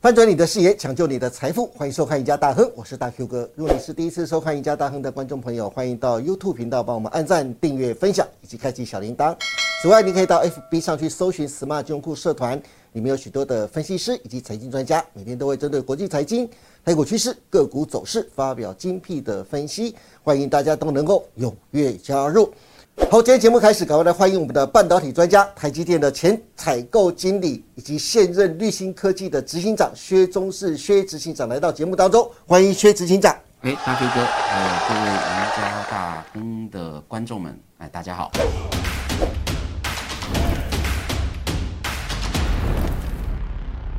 翻转你的视野，抢救你的财富，欢迎收看《赢家大亨》，我是大 Q 哥。如果你是第一次收看《赢家大亨》的观众朋友，欢迎到 YouTube 频道帮我们按赞、订阅、分享以及开启小铃铛。此外，你可以到 FB 上去搜寻 “Smart 金融库社团”，里面有许多的分析师以及财经专家，每天都会针对国际财经、台股趋势、个股走势发表精辟的分析，欢迎大家都能够踊跃加入。好，今天节目开始，赶快来欢迎我们的半导体专家、台积电的前采购经理以及现任绿芯科技的执行长薛忠士薛执行长来到节目当中，欢迎薛执行长。哎，大飞哥，呃，各位赢家大亨的观众们，哎，大家好。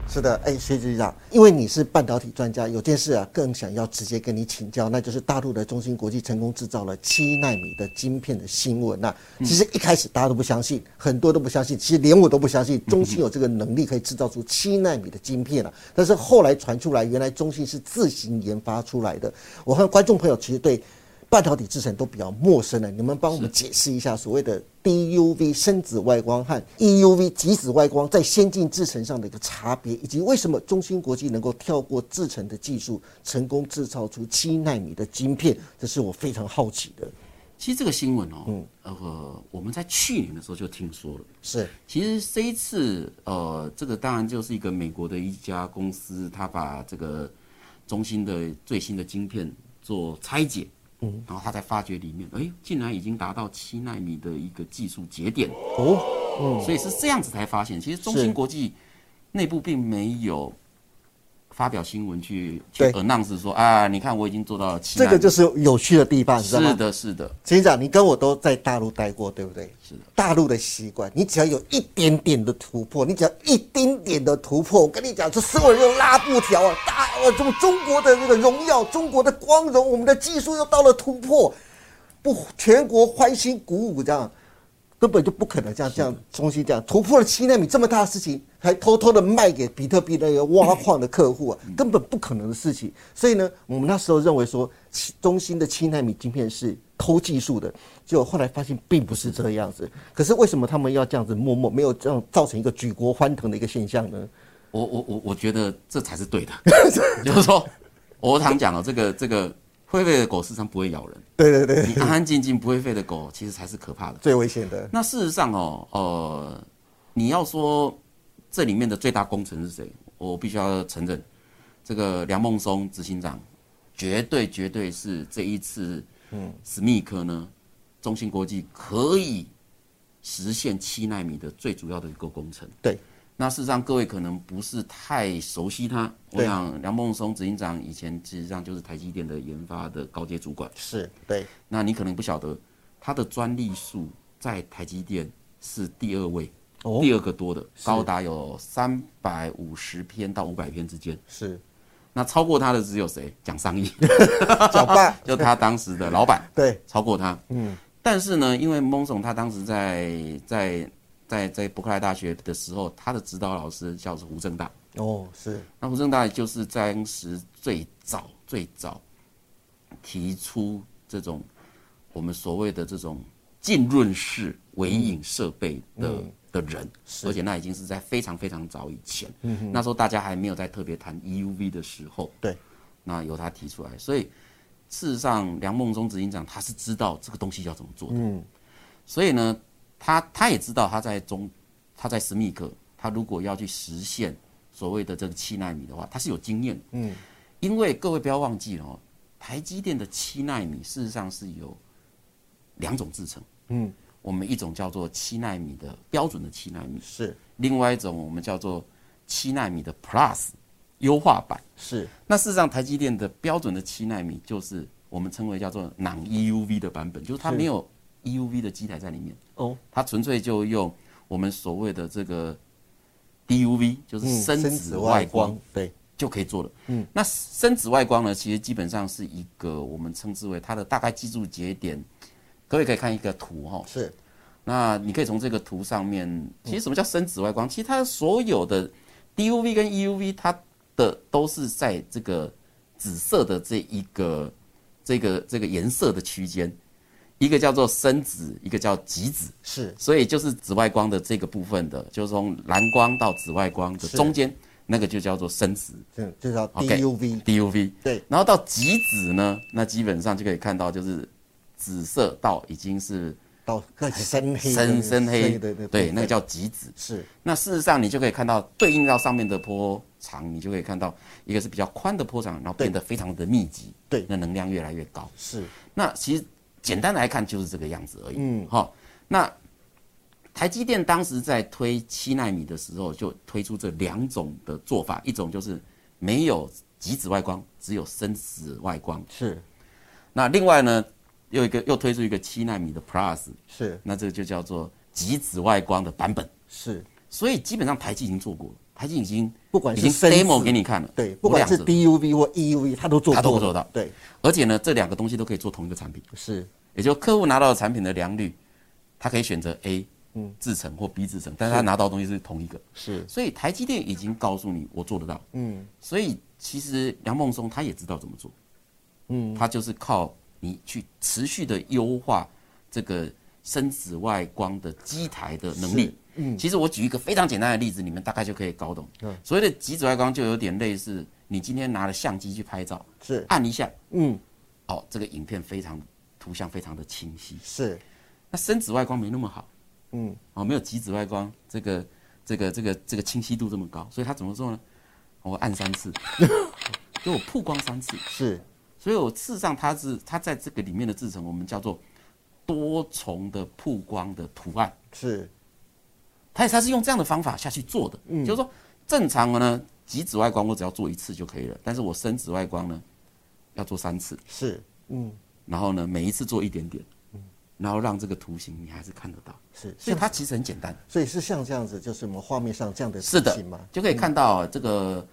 是的，哎，薛局长，因为你是半导体专家，有件事啊，更想要直接跟你请教，那就是大陆的中芯国际成功制造了七纳米的晶片的新闻啊。其实一开始大家都不相信，很多都不相信，其实连我都不相信，中芯有这个能力可以制造出七纳米的晶片啊。但是后来传出来，原来中芯是自行研发出来的。我和观众朋友其实对半导体制成都比较陌生的，你们帮我们解释一下所谓的 DUV 深紫外光和 EUV 极紫外光在先进制程上的一个差别，以及为什么中芯国际能够跳过制程的技术，成功制造出七纳米的晶片，这是我非常好奇的。其实这个新闻哦，呃，我们在去年的时候就听说了。是其实这一次，呃，这个当然就是一个美国的一家公司，它把这个中芯的最新的晶片做拆解，嗯，然后它才发觉里面，哎，竟然已经达到七纳米的一个技术节点，哦，所以是这样子才发现，其实中芯国际内部并没有发表新闻去对去 announce 说啊，你看我已经做到了七纳这米，个就是有趣的地方，你知道是吗？的，是的，陈长，你跟我都在大陆待过，对不对？是的。大陆的习惯，你只要有一点点的突破，你只要一丁点的突破，我跟你讲，这所有人都拉布条啊，大我中中国的那个荣耀，中国的光荣，我们的技术又到了突破，不全国欢欣鼓舞这样。根本就不可能这样这样中心这样突破了七纳米这么大的事情，还偷偷的卖给比特币那个挖矿的客户啊，嗯根本不可能的事情。所以呢，我们那时候认为说七中芯的七纳米晶片是偷技术的，结果后来发现并不是这样子。可是为什么他们要这样子默默没有这样造成一个举国欢腾的一个现象呢？我我我我觉得这才是 对的，就是说，我常讲了，哦这个这个会吠的狗事实上不会咬人，对对对，你安安静静不会吠的狗其实才是可怕的。最危险的那事实上哦，呃，你要说这里面的最大功臣是谁，我必须要承认，这个梁孟松执行长绝对绝对是这一次，嗯，史密克呢，中芯国际可以实现七纳米的最主要的一个工程。对，那事实上，各位可能不是太熟悉他。我对想，梁孟松执行长以前事实上就是台积电的研发的高阶主管。是对那你可能不晓得，他的专利数在台积电是第二位，哦第二个多的，高达有三百五十篇到五百篇之间。是那超过他的只有谁？蒋尚义，啊搅拌 就他当时的老板。对超过他。嗯，但是呢，因为蒙总他当时在在在在伯克莱大学的时候，他的指导老师叫做胡正大。哦是那胡正大就是当时最早最早提出这种我们所谓的这种浸润式微影设备的、的人，而且那已经是在非常非常早以前，那时候大家还没有在特别谈 EUV 的时候，对，那由他提出来，所以事实上梁孟松执行长他是知道这个东西要怎么做的，嗯所以呢，他他也知道他在中他在史密克，他如果要去实现所谓的这个七纳米的话，他是有经验的。嗯，因为各位不要忘记了哦，台积电的七纳米事实上是有两种制程。嗯，我们一种叫做七纳米的标准的七纳米，是另外一种我们叫做七纳米的 Plus 优化版。是那事实上，台积电的标准的七纳米就是我们称为叫做 non EUV 的版本，就是它没有 EUV 的基台在里面。哦它纯粹就用我们所谓的这个 DUV，就是嗯深紫外光对就可以做了。嗯，那深紫外光呢，其实基本上是一个我们称之为它的大概技术节点。各位可以看一个图哈、是那你可以从这个图上面，其实什么叫深紫外光？其实它所有的 DUV 跟 EUV，它的都是在这个紫色的这一个这个这个颜色的区间，一个叫做深紫，一个叫极紫。是所以就是紫外光的这个部分的，就是从蓝光到紫外光的中间，那个就叫做深值这这叫 OK DUV， DUV。对，然后到极紫呢，那基本上就可以看到就是紫色到已经是到更深黑的那哎深个深黑，的个部对，分那个叫极紫。是那事实上，你就可以看到对应到上面的波长，你就可以看到一个是比较宽的波长，然后变得非常的密集，对那能量越来越高。是那其实简单来看就是这个样子而已。嗯，好，那台积电当时在推七纳米的时候，就推出这两种的做法，一种就是没有极紫外光，只有深紫外光。是那另外呢，又一个又推出一个七纳米的 Plus，是那这个就叫做极紫外光的版本。是，所以基本上台积已经做过了，台积已经不管已是经深 demo 紫给你看了，对，不管是无量子 DUV 或 EUV，它都做它都过做了到对，而且呢，这两个东西都可以做同一个产品，是也就客户拿到的产品的良率，他可以选择 A 制成或 B 制成，嗯但是他拿到的东西是同一个，是所以台积电已经告诉你我做得到，嗯，所以其实梁孟松他也知道怎么做，嗯，他就是靠你去持续的优化这个深紫外光的机台的能力。嗯，其实我举一个非常简单的例子，你们大概就可以搞懂。嗯，所谓的极紫外光就有点类似你今天拿了相机去拍照，是按一下，嗯哦，这个影片非常图像非常的清晰。是那深紫外光没那么好，嗯，哦，没有极紫外光这个这个这个这个清晰度这么高，所以它怎么做呢？我按三次， 给我曝光三次，是所以我事实上它是它在这个里面的制成，我们叫做多重的曝光的图案，是它也它是用这样的方法下去做的，嗯就是说正常的呢，极紫外光我只要做一次就可以了，但是我深紫外光呢要做三次，是嗯然后呢每一次做一点点，然后让这个图形你还是看得到，是，嗯所以像它其实很简单。所以是像这样子，就是我们画面上这样的是图的形嘛，，就可以看到这个、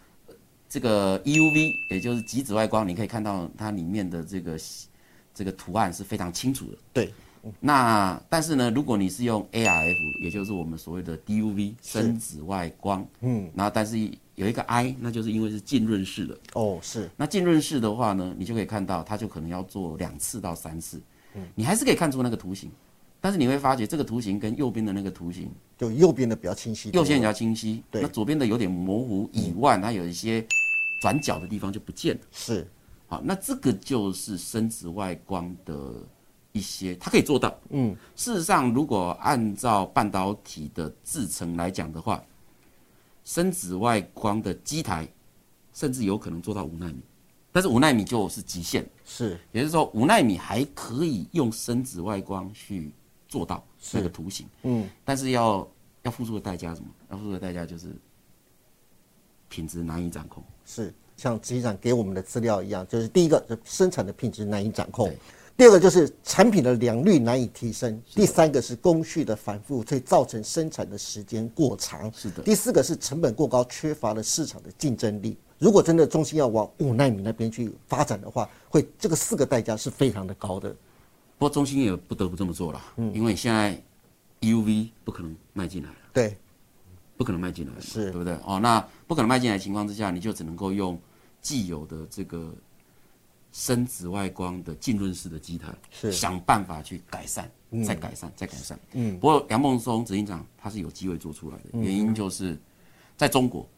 这个 EUV，也就是极紫外光，你可以看到它里面的这个这个图案是非常清楚的。对那但是呢，如果你是用 ARF，也就是我们所谓的 DUV 深紫外光，嗯，然后但是有一个 I，那就是因为是浸润式的。哦是那浸润式的话呢，你就可以看到它就可能要做两次到三次，你还是可以看出那个图形，但是你会发觉这个图形跟右边的那个图形就右边的比较清晰多右了，线比较清晰，对那左边的有点模糊以外，它有一些转角的地方就不见了。是好，那这个就是深紫外光的一些，它可以做到。嗯，事实上，如果按照半导体的制程来讲的话，深紫外光的机台甚至有可能做到五纳米，但是五纳米就是极限，是也就是说五纳米还可以用深紫外光去做到那个图形。嗯但是要要付出的代价是什么？要付出的代价就是品质难以掌控。是像执行长给我们的资料一样，就是第一个是生产的品质难以掌控对，第二个就是产品的良率难以提升，第三个是工序的反复，所以造成生产的时间过长。是的第四个是成本过高，缺乏了市场的竞争力。如果真的中心要往五纳米那边去发展的话，会这个四个代价是非常的高的。不过中兴也不得不这么做了，因为现在 EUV 不可能卖进来了，对，不可能卖进来了嘛，是对不对？哦，那不可能卖进来的情况之下，你就只能够用既有的这个深紫外光的浸润式的机台，是想办法去改善，再改善，再改善。嗯，不过梁孟松执行长他是有机会做出来的，嗯原因就是在中国，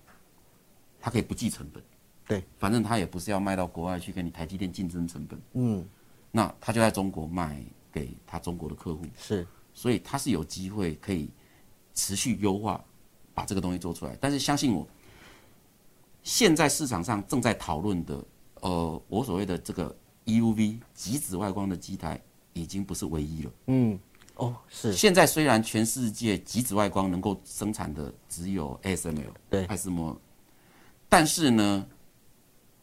它可以不计成本。对，反正他也不是要卖到国外去跟你台积电竞争成本，嗯，那他就在中国卖给他中国的客户，是所以他是有机会可以持续优化，把这个东西做出来。但是相信我，现在市场上正在讨论的，呃，我所谓的这个 EUV 极紫外光的机台已经不是唯一了。哦，是现在虽然全世界极紫外光能够生产的只有 ASML，对艾斯摩尔，但是呢，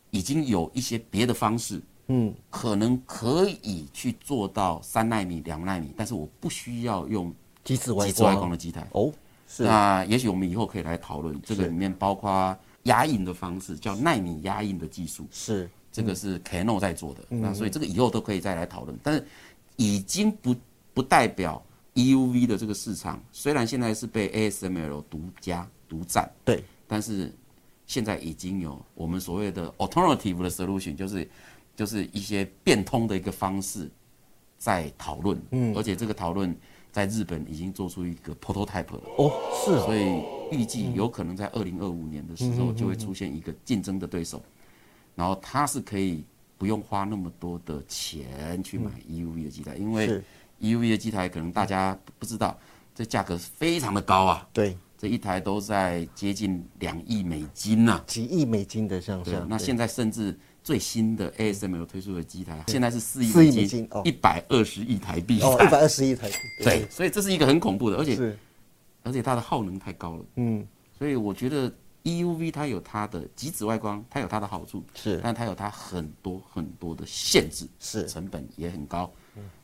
已经有一些别的方式，嗯，可能可以去做到三纳米、两纳米，但是我不需要用极紫外极紫外光光的机台。哦，是那也许我们以后可以来讨论这个是里面包括压印的方式，叫纳米压印的技术。是这个是 Cano 在做的，嗯那所以这个以后都可以再来讨论。但是已经不不代表 EUV 的这个市场，虽然现在是被 ASML 独家独占，对，但是现在已经有我们所谓的 alternative 的 solution，就是就是一些变通的一个方式在讨论，嗯而且这个讨论在日本已经做出一个 prototype 了，哦，是哦，嗯所以预计有可能在二零二五年的时候就会出现一个竞争的对手，然后它是可以不用花那么多的钱去买 EUV 的机台，因为嗯是 EUV 的机台可能大家不知道，这价格非常的高啊，对，这一台都在接近两亿美金呐、几亿美金的像对像啊，，那对现在甚至最新的 ASML 推出的机台，现在是四亿4亿美美金金哦，一百二十亿台币。哦，一百二十亿台币， 对，所以这是一个很恐怖的，而且是，而且它的耗能太高了，嗯，所以我觉得 EUV 它有它的极紫外光，它有它的好处，是但它有它很多很多的限制，是嗯成本也很高，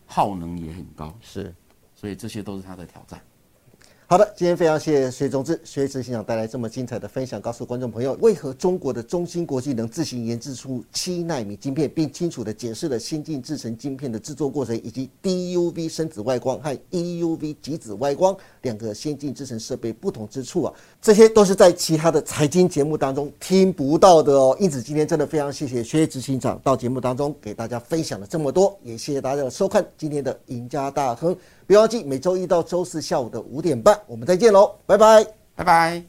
耗能也很高，是。所以这些都是它的挑战。好的，今天非常谢谢薛中志、薛执行长带来这么精彩的分享，告诉观众朋友，为何中国的中芯国际能自行研制出七纳米晶片，并清楚地解释了先进制程晶片的制作过程，以及 DUV 深紫外光和 EUV E 极紫外光两个先进制程设备不同之处啊。这些都是在其他的财经节目当中听不到的哦。因此，今天真的非常谢谢薛执行长到节目当中给大家分享了这么多，也谢谢大家的收看今天的赢家大亨。不要忘记每周一到周四下午的五点半，我们再见喽，拜拜。拜拜。